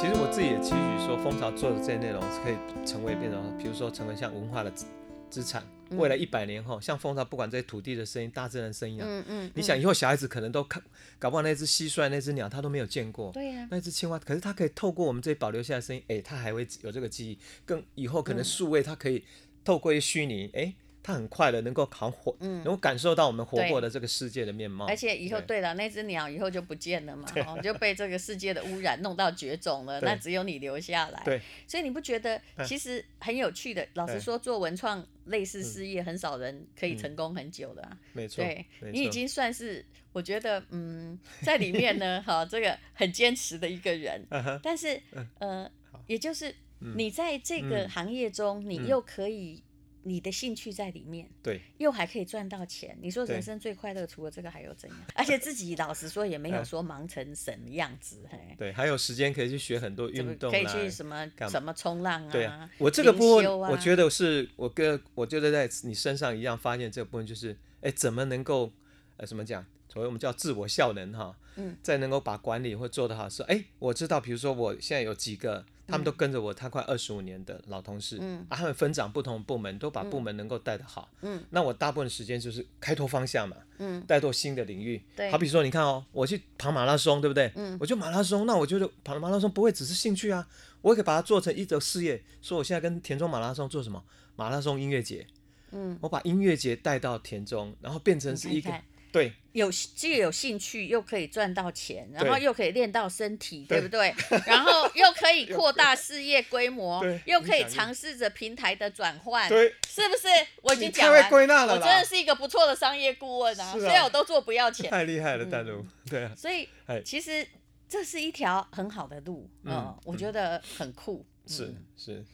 其实我自己也期许说，蜂巢做的这些内容是可以成为变成，比如说成为像文化的资资产。嗯未来一百年后，像蜂巢不管这些土地的声音、大自然的声音啊，嗯嗯，你想以后小孩子可能都看，搞不好那只蟋蟀、那只鸟他都没有见过，对呀、那只青蛙，可是它可以透过我们这里保留下来的声音，哎，它还会有这个记忆。更以后可能数位它可以透过一虚拟，哎，它很快的能够好像活，嗯能够感受到我们活过的这个世界的面貌而。且以后哦对对了，那只鸟以后就不见了嘛，哦，就被这个世界的污染弄到绝种了，对那只有你留下来。对，所以你不觉得其实很有趣的？老实对嗯说，做文创类似事业，很少人可以成功很久的、啊。没错，对没你已错经算是，我觉得，嗯，在里面呢，哈，这个很坚持的一个人，嗯嗯哼但是，呃，也就是你在这个行业中，你又可以你的兴趣在里面，对又还可以赚到钱，你说人对生最快乐，除了这个还有怎样？ 而且自己老实说，也没有嗯说忙成什么样子，嘿，对，还有时间可以去学很多怎么运动可以啦。去什么干嘛什么冲浪啊？对啊，我这个灵部分，修啊我觉得是我跟我觉得在你身上一样发现这个部分，就是哎，怎么能够呃怎么讲，所谓我们叫自我效能哈，嗯，再能够把管理或做得好是哎，我知道，比如说我现在有几个，他们都跟着我，他快二十五年的老同事，嗯啊，他们分掌不同部门，都把部门能够带得好，嗯，那我大部分时间就是开拓方向嘛，嗯，带拓新的领域，对好比说你看哦，我去跑马拉松，对不对？嗯，我就马拉松，那我觉得跑马拉松不会只是兴趣啊，我也可以把它做成一则事业。说我现在跟田中马拉松做什么？马拉松音乐节，嗯，我把音乐节带到田中，然后变成是一你个看看对有既有兴趣，又可以赚到钱，然对后又可以练到身体，对对不对？ 然后又 可以扩大事业规模对，又可影以响力尝试着平台的转换，对，是不是？我已经你讲太完会，归纳了我啦真的是一个不错的商业顾问啊，是啊虽然我都做不 要钱，太厉害了，丹如，对啊，所以哎其实这是一条很好的路，嗯，嗯我觉得很酷，是嗯是，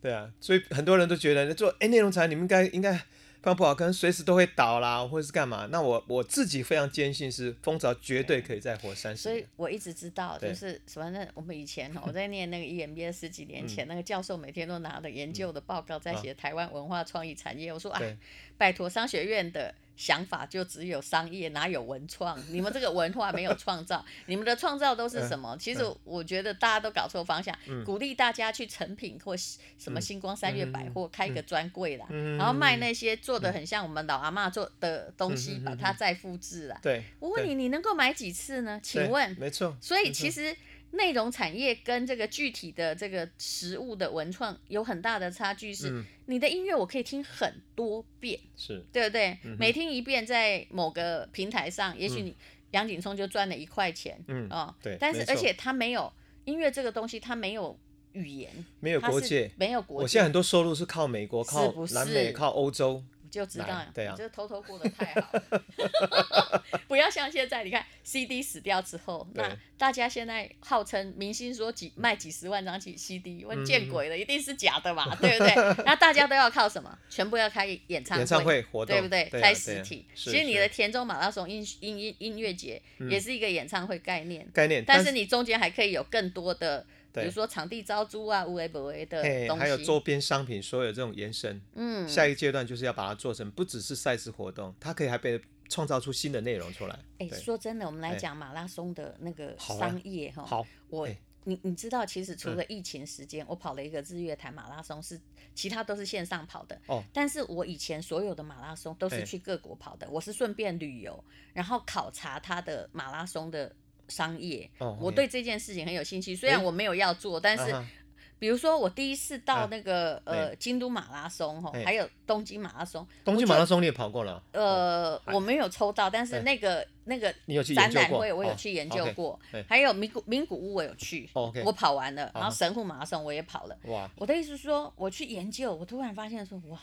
对啊，所以很多人都觉得做哎内容产，你们应该应该非常不好，可能随时都会倒啦，或者是干嘛？那我我自己非常坚信是蜂巢绝对可以再活三十所以年。我一直知道，就对是反正我们以前 哦，我在念那个 EMBA 十几年嗯前，那个教授每天都拿着研究的报告在啊写台湾文化创意产业。我说啊对，拜托，商学院的想法就只有商业，哪有文 创？你们这个文化没有创造，你们的创造都是什嗯么？其实我觉得大家都搞错方向，鼓励大家去成品或是什么星光三月百货开个专柜啦，嗯然后卖那些做的很像我们老阿嬷做的东西，嗯嗯嗯把它再复制啦。对，我问对你，你能够买几次呢？对请问，没错，所以没错其实内容产业跟这个具体的这个食物的文创有很大的差距是，嗯你的音乐我可以听很多遍，是对不对？嗯每听一遍，在某个平台上，也许你杨景聪就赚了一块钱，嗯哦，对但是没错而且他没有音乐这个东西，他没有语言，没有它是国界。没有我国界现在，很多收入是靠美国、是靠不南是美、靠欧洲，你就知道来对啊你这偷偷过得太好了， 不要像现在，你看 CD 死掉之后，对那大家现在号称明星说几卖几十万张起嗯 CD，我见鬼了，一定是假的嘛，对 不对？那大家都要靠什么？全部要开演唱演唱会活动，对不对？对啊开对实啊体，是其实你是的田中马拉松音音音音乐节也是一个演唱会概念，概念，但但是你中间还可以有更多的，比对如说场地招租啊、无为不为的嘿东西，还有周边商品，所有这种延伸，嗯，下一个阶段就是要把它做成不只是赛事活动，它可以还被创造出新的内容出来。哎、对，说哦真的，我们来哎讲马拉松的那个好啊商业哈、好，我、哎你你知道，其实除嗯了疫情时间，我跑了一个日月潭马拉松是，其他都是线上跑的。哦但是我以前所有的马拉松都是哎去各国跑的，我是顺便旅游，然后考察它的马拉松的商业。哦我哎对这件事情很有兴趣，虽然我没有要做，但是啊哈比如说我第一次到啊那个、呃哎京都马拉松哈，哎哦还有东京马拉松，东京我就马拉松你也跑过了，呃，我没有抽到，但是哎那个那个你有去展研究览过会我有哦去研究 OK，过哎，还有名古名古屋我有去哦，OK 我跑完了，然啊哈后神户马拉松我也跑了。哇，啊我的意思是说，我去研究，我突然发现说，哇，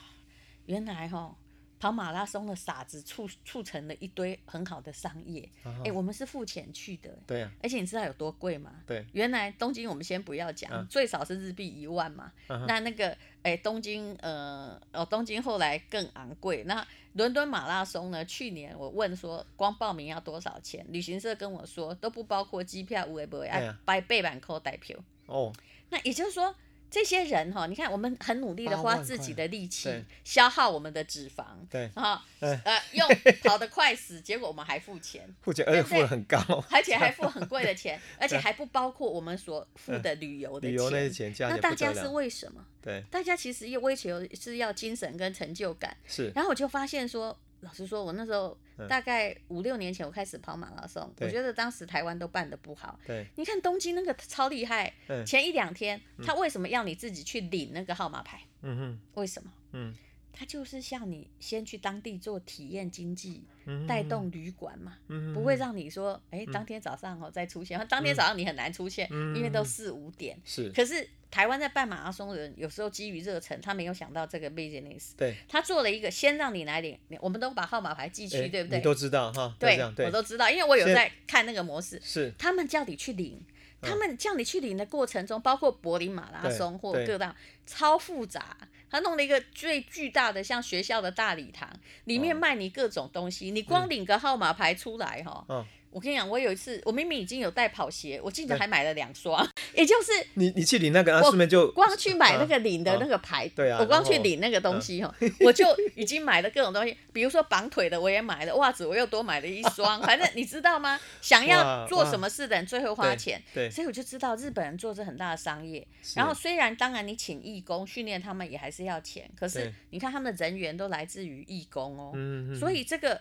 原来哈跑马拉松的傻子促促成了一堆很好的商业。啊哈哎，我们是付钱去的，对呀，而且你知道有多贵吗？对，原来东京我们先不要讲，嗯最少是日币一万嘛。嗯哼那那个哎，东京呃哦，东京后来更昂贵。那伦敦马拉松呢？去年我问说，光报名要多少钱？旅行社跟我说都不包括机票、无为不为，对哎啊，百背板扣代票。哦，那也就是说，这些人哈，你看我们很努力的八花万自块己的力气对，消耗我们的脂肪， 对，啊，哎 呃，用跑得快死，结果我们还付钱，付钱而且付了很高，而且还付很贵 的钱，而且还不包括我们所付的旅游的旅游那些钱价那钱大不家得是了，为什么？对，大家其实也为求是要精神跟成就感。是然后我就发现说，老实说，我那时候嗯大概五六年前我开始跑马拉松，我对觉得当时台湾都办得不好。对，你看东京那个超厉害，嗯前一两天他为什么要你自己去领那个号码牌？嗯哼，为什么？嗯他就是像你先去当地做体验经济，嗯，带动旅馆嘛。嗯，嗯不会让你说，哎、当天早上哦再出现，当天早上你很难出现，嗯因为都四五点。是，可是台湾在办马拉松的人，有时候基于热忱，他没有想到这个 business，对，他做了一个先让你来领，我们都把号码牌寄去，哎对不你对？都知道哈，都对这样对我，都知道，因为我有现在在看那个模式，是他们叫你去领。他们叫你去领的过程中，包括柏林马拉松或对各大超复杂，他弄了一个最巨大的像学校的大礼堂，里面哦嗯卖你各种东西，你光领个号码牌出来哈、哦，我跟你讲，我有一次，我明明已经有带跑鞋，我竟然对还买了两双， 也就是你你去领那个，然后我顺便就光去买那啊个领的那个牌，对啊我光然后嗯去领那个东西哈、我就已经买了各种东西，比如说绑腿的我也买了，袜子我又多买了一 双，反正你知道吗？想要哇做哇什么事的人最会花对钱，对，所以我就知道日本人做这很大的商业。是然后虽然当然你请义工训练他们也还是要钱，可是对你看他们的人员都来自于义工哦，嗯，嗯所以这个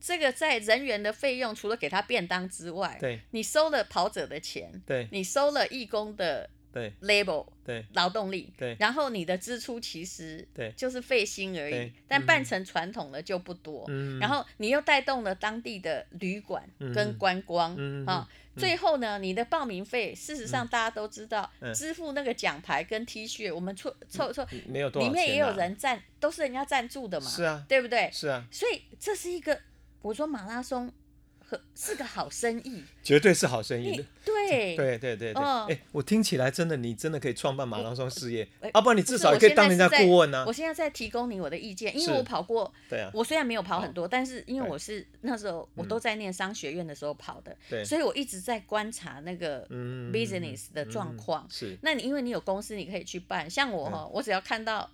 这个在人员的费用，除了给他便当之外，对你收了跑者的钱，对你收了义工的对 label 对劳动力，对然后你的支出其实对就是费心而已对，但办成传统的就不多。嗯然后你又带动了当地的旅馆跟嗯观光，嗯啊，最后呢，你的报名费，事实上大家都知道，嗯支付那个奖牌跟 T 恤，我们凑凑凑，没有多里少面钱也有啊人赞，都是人家赞助的嘛，是啊对不对？是啊，所以这是一个，我说马拉松和是个好生意，绝对是好生意你的。对对对对对，嗯哎、我听起来真的，你真的可以创办马拉松事业哎，要、不然你不至是少我也可以现当在人家是在顾问呢、我现在在提供你我的意见，因是为我跑过，对啊，我虽然没有跑很多，但是因为对嗯我是那时候我都在念商学院的时候跑的，对所以我一直在观察那个嗯 business 的状况。是那你因为你有公司，你可以去办。像我哈，我只要看到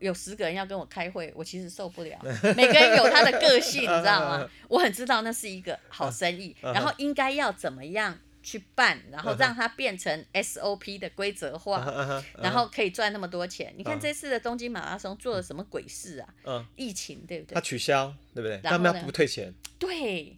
有十个人要跟我开会，我其实受 不了。每个人有他的个性，你知道吗？我很知道那是一个好生意，嗯然后应该要怎么样去办，然后嗯哼让它变成 SOP 的规则化，啊，然后可以赚那么多钱。你看嗯这次的东京马拉松做了什么鬼事啊？嗯，疫情对不对他？取消，对不对？然后他呢们要不退钱，对，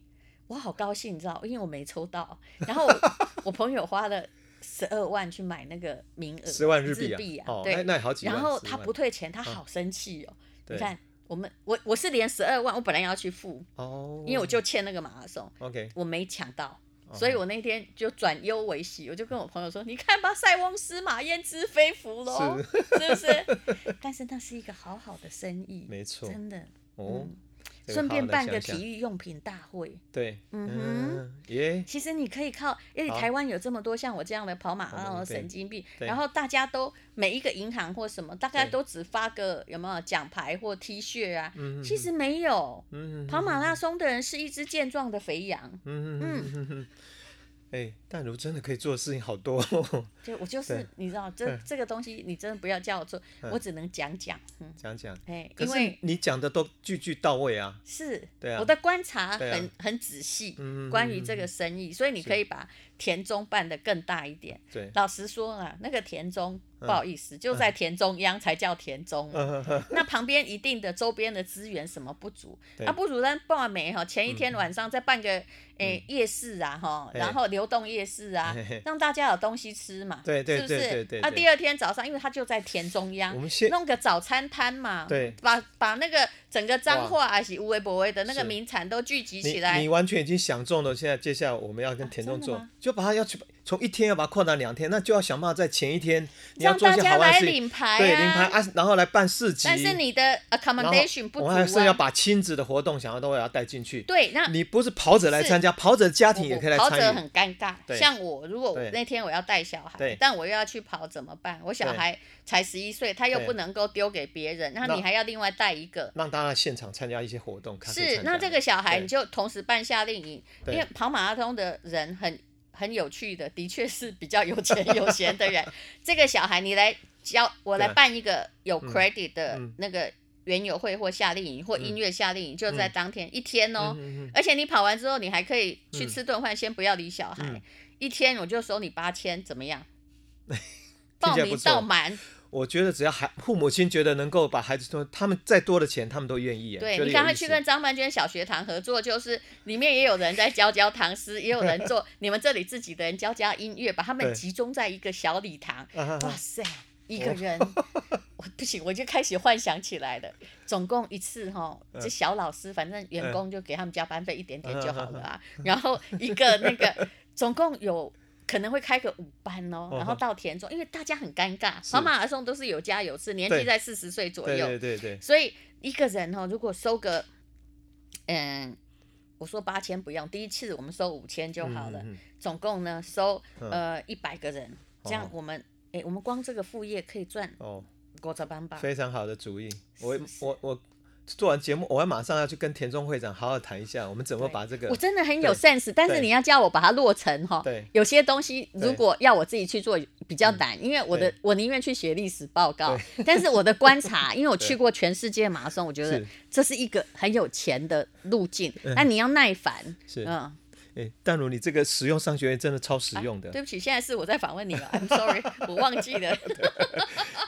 我好高兴，你知道，因为我没抽到。然后我我朋友花了十二万去买那个名额，十万日币币啊，啊，哦，对。那那也好几万。然后10他万不，退钱，他嗯好生气哦。你对看，我们我我是连十二万，我本来要去付，哦，因为我就欠那个马拉松， OK，我没抢到。哦所以我那天就转忧为喜，我就跟我朋友说：“你看吧，塞翁失马，焉知非福喽， 是不是？”但是那是一个好好的生意，没错，真的。嗯哦，这个顺好便好地办想个一想体育用品大会，对，嗯哼嗯，耶，其实你可以靠，因为好台湾有这么多像我这样的跑马拉松的对神经病，对然后大家都每一个银行或什么，大概对都只发个有没有奖牌或 T 恤啊？嗯其实没有，嗯，跑马拉松的人是一只健壮的肥羊。嗯嗯嗯，哎，淡如真的可以做的事情好多、哦，就我就是对你知道，这这个东西你真的不要叫我做，我只能讲讲，嗯，讲讲。哎，可因是为你讲的都句句到位啊，是对啊我的观察对啊很很仔细，嗯关于这个生意，所以你可以把田中办得更大一点。对，嗯老实说啦，那个田中，不好意思，就在田中央才叫田中啊嘛。那旁边一定的周边的资源什么不足，对嗯啊不足咱报美哈，前一天晚上再办个诶、夜市啊哈，哎然后流动夜市啊嗯嘿嘿，让大家有东西吃嘛，对对对是对不对是？啊，对第二天早上，因为它就在田中央我，们先弄个早餐摊嘛，对把把那个整个彰化还是无为博为的那个是名产都聚集起你来啊你，完全已经想中了，现在接下来我们要跟田中真的做，吗就把它要去从一天要把它扩大两天，那就要想办法在前一天你要让做一大些家好玩的来事情，领牌对，领牌啊，然后来办市集，但是你的然后 accommodation 不我足们还是要啊。把亲子的活动想要都要带进去。对，啊那你不是跑者来参加，跑者家庭也可以来跑者参与，很尴尬，对像我，如果我对那天我要带小孩对，但我又要去跑怎么办？我小孩才十一岁，他又对不能够丢给别人，然后那你还要另外带一个。让大家现场参加一些活动。看谁是，参加嗯那这个小孩对你就同时办夏令营，因对为跑马拉松的人很很有趣的，的确是比较有钱有闲 的人。这个小孩，你来教我来对办一个有 credit 的嗯那个园游会或夏令营或音乐夏令营，就在当天一天哦。嗯嗯嗯而且你跑完之后，你还可以去嗯吃顿饭，先不要理小孩，嗯一天我就收你八千，怎 么样？听报起来名不错到满，我觉得只要孩父母亲觉得能够把孩子说他们再多的钱，他们都愿意耶。啊对觉得你有赶快意去思跟张曼娟小学堂合作，就是里面也有人在教教唐诗，也有人 做你们这里自己的人教教音乐，把他们对集中在一个小礼堂。啊哈哈哇塞，一哦 个人，我不行，我就开始幻想起来了。总共一次哈，嗯这小老师反正员工就给他们加班费一点点就好了 啊。然后一个那个总共有。可能会开个五班哦，然后嗯哼到田中，因为大家很尴尬，是跑马拉松都是有家有室，年纪对在四十岁左对右，对对对，所以一个人哦，如果收个，嗯，我说八千不用，第一次我们收五千就好了，嗯嗯总共呢收嗯呃一百个人，这样哦我们诶，我们光这个副业可以赚哦，五十万吧。非常好的主意。我是不是我我做完节目，我要马上要去跟田中会长好好谈一下，我们怎么对把这个我真的很对有 sense，但是对你要叫我把它落成哈对，有些东西对嗯如果要我自己去做比较难，因为我的对我宁愿去写历史报告，但是我的观察，因为我去过全世界马拉松，我觉得是嗯这是一个很有钱的路径，那你要耐烦，是嗯。诶，淡如你这个实用商学院真的超实用的，啊对不起，现在是我在访问你了，I'm sorry，我忘记了。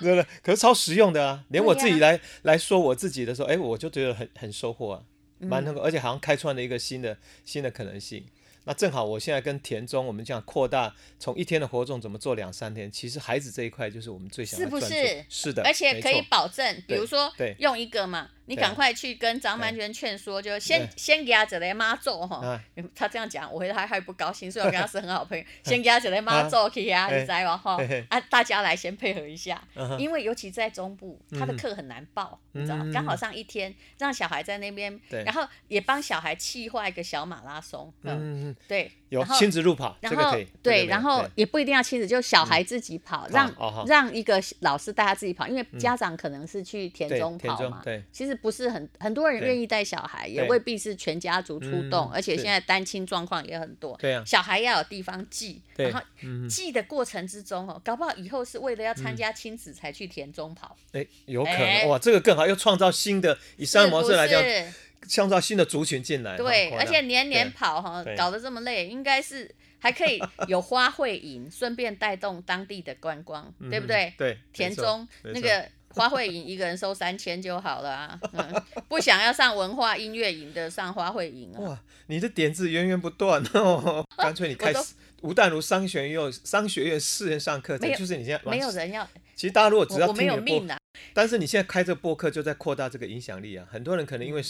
对不对？可是超实用的啊，连我自己对来、来说我自己的时候，哎，我就觉得很很收获啊，嗯蛮那个，而且好像开创了一个新的新的可能性。那正好，我现在跟田中，我们讲扩大从一天的活动怎么做两三天，其实孩子这一块就是我们最想是要不专注是是的，而且没可以错保证，比对如说对用一个嘛，你对赶快去跟张曼娟劝说，就先先给他这来妈做哈啊。他这样讲，我会他还不高兴，所以我跟他是很 好朋友。先给他这来妈做去啊，哎你知道哈嘿嘿？啊，大家来先配合一下，嗯哼因为尤其在中部，他的嗯课很难报，你知道，嗯刚好上一天，让小孩在那边，对然后也帮小孩气化一个小马拉松。嗯，嗯，对，有然后亲子路跑，然这个后可以，这个没对，有然后对也不一定要亲子，就小孩自己跑，让哦好让一个老师带他自己跑，因为家长可能是去田对中田跑中嘛。对其实不是很很多人对愿意带小孩，也对未必是全家族出动，嗯而且是现在单亲状况也很多。对啊小孩要有地方寄，对嗯然后嗯寄的过程之中哦，搞不好以后是为了要参加亲子才去田中跑，哎，有可哎能哇，这个更好，又创造新的以商业模式来讲，是不是创造新的族群进来，对，哈而且年年对跑哈，对搞得这么累，应该是还可以有花卉营，顺便带动当地的观光，对不对嗯？对，田没错中没错那个花卉营一个人收三千就好了啊，嗯，不想要上文化音乐营的上花卉营啊，哇，你的点子源源不断哦！干 脆你开都始吴淡如商学院商学院四人上课没程，有就是你现在 没有。人要，其实大家如果只我要我听没你有的播命，啊，但是你现在开这个播客就在扩大这个影响力啊！很多人可能因为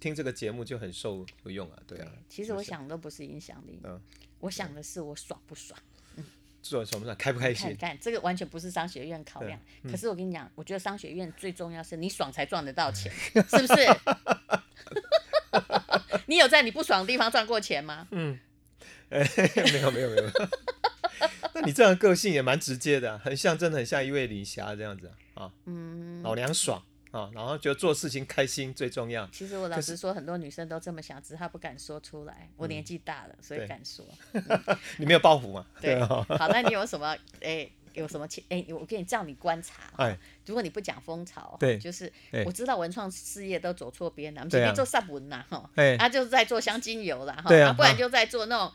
听这个节目就很受用啊，对啊。嗯其实是不我是想的都不是影响力嗯，我想的是我爽不爽。做什么上开不开看心？看，这个完全不是商学院考量。嗯可是我跟你讲，我觉得商学院最重要是你爽才赚得 到钱，是 不是？你有在你不爽的地方赚过钱吗？嗯哎， 没有没有没有。那你这样的个性也蛮直接的啊、很像真的很像一位李霞这样子啊，啊嗯，老娘爽啊，然后觉得做事情开心最重要。其实我老可嗯实说，很多女生都这么想，只是她不敢说出来。我年纪大了，所以对敢说。你没有抱负嘛？ 对，啊，好，那你有什么？ 哎、有什么情？哎、我给你叫你观察。哎，如果你不讲风潮，对就是对我知道文创事业都走错边了，我们对前啊面做散文啦，哈，哎他就是在做香精油啦，哈，对啊不然啊就在做那种。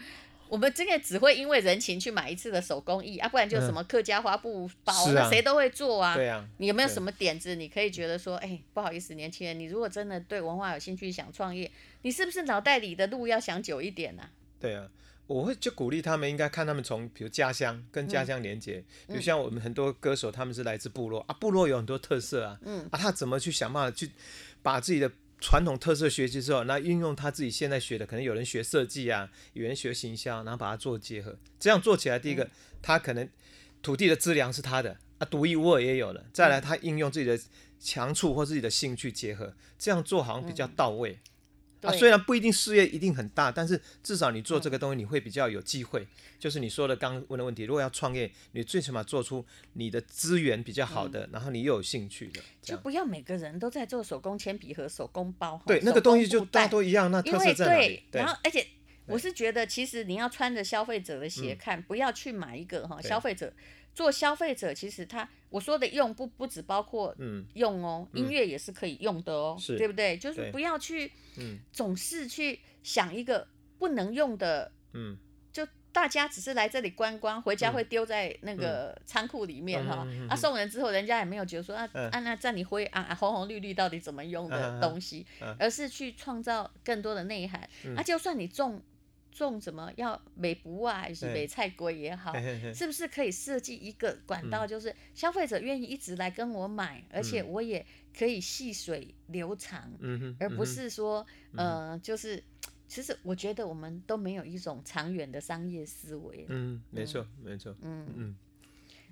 我们这个只会因为人情去买一次的手工艺啊，不然就什么客家花布包，嗯是那啊谁都会做啊。对啊你有没有对什么点子？你可以觉得说，哎、不好意思，年轻人，你如果真的对文化有兴趣，想创业，你是不是脑袋里的路要想久一点呐、对啊，我会就鼓励他们，应该看他们从比如家乡跟家乡连接，比如嗯像我们很多歌手，他们是来自部落啊，部落有很多特色啊，嗯啊，他怎么去想办法去把自己的。传统特色学习之后，那运用他自己现在学的，可能有人学设计啊，有人学行销，然后把它做结合，这样做起来，第一个，他可能土地的资粮是他的，啊，独一无二也有了，再来他应用自己的强处或自己的兴趣结合，这样做好像比较到位。啊，对虽然不一定事业一定很大，但是至少你做这个东西，你会比较有机会。就是你说的刚问的问题，如果要创业，你最起码做出你的资源比较好的，然后你又有兴趣的，这就样不要每个人都在做手工铅笔盒、手工包，哈对那个手工东西就布大袋家都一样，那特因色为在哪里对？，对嗯然后而且我是觉得，其实你要穿着消费者的鞋看，不要去买一个哈消费者。做消费者，其实他我说的用不不只包括嗯用哦，嗯音乐也是可以用的哦，是对不对？就是对不要去嗯总是去想一个不能用的，嗯，就大家只是来这里观光，回家嗯会丢在那个仓库里面哈、嗯嗯嗯嗯啊，送人之后，人家也没有觉得说啊、嗯啊，那在你灰啊啊红红绿绿到底怎么用嗯嗯嗯的东西，嗯而是去创造更多的内涵。嗯啊，就算你种种什么要美不啊，还是对美菜龟也好，嘿嘿嘿嗯是不是可以设计一个管道，就是消费者愿意一直来跟我买，而且我也可以细水流长，嗯哼，而不嗯哼是说，呃，就是，其实我觉得我们都没有一种长远的商业思维。嗯，没错没错，嗯，嗯，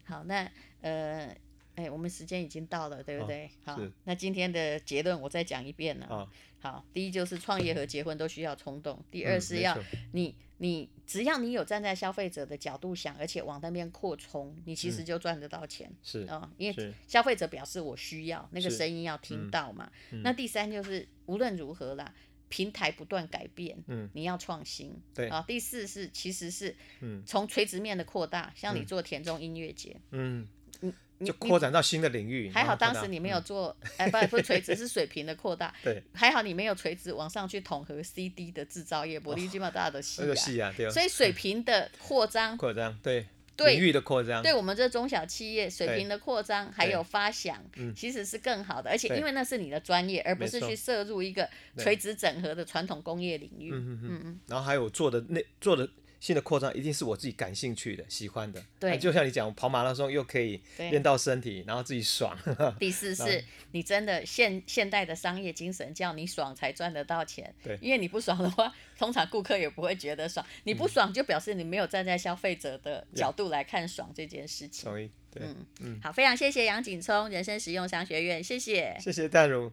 好，那呃，哎，我们时间已经到了，对不好对？好是，那今天的结论我再讲一遍呢。好，好，第一就是创业和结婚都需要冲动，第二嗯是没要错你你只要你有站在消费者的角度想，而且往那边扩充，你其嗯实就赚得到钱。是哦，因为是消费者表示我需要那个是嗯声音要听到嘛。那第三就是无论如何啦，平台不断改变，嗯，你要创新。对啊，第四是其实是嗯从垂直面的扩大，像你做田中音乐节，嗯，你就你扩展到新的领域。还然后好当嗯扩时大你没有做，哎，不不是垂直，是水平的扩大。对，还好你没有垂直往上去统合 CD 的制造业，玻璃基本大家都细那个戏啊，对 哦，所以水平的扩张，扩张对对领域的扩张，对我们这中小企业水平的扩张，还有发想，其实是更好的，而嗯且对因为那是你的专业，而不是没错去摄入一个垂直整合的传统工业领域。嗯嗯嗯，然后还有做的那做的新的扩张，一定是我自己感兴趣的、喜欢的。对啊就像你讲，跑马拉松又可以对练到身体，然后自己爽。第四是你真的现现代的商业精神，叫你爽才赚得到钱。对因为你不爽的话，通常顾客也不会觉得爽。你嗯不爽就表示你没有站在消费者的角度来看爽这件事情。同意，对，嗯好，非常谢谢杨景聪人生实用商学院，谢谢。谢谢淡如，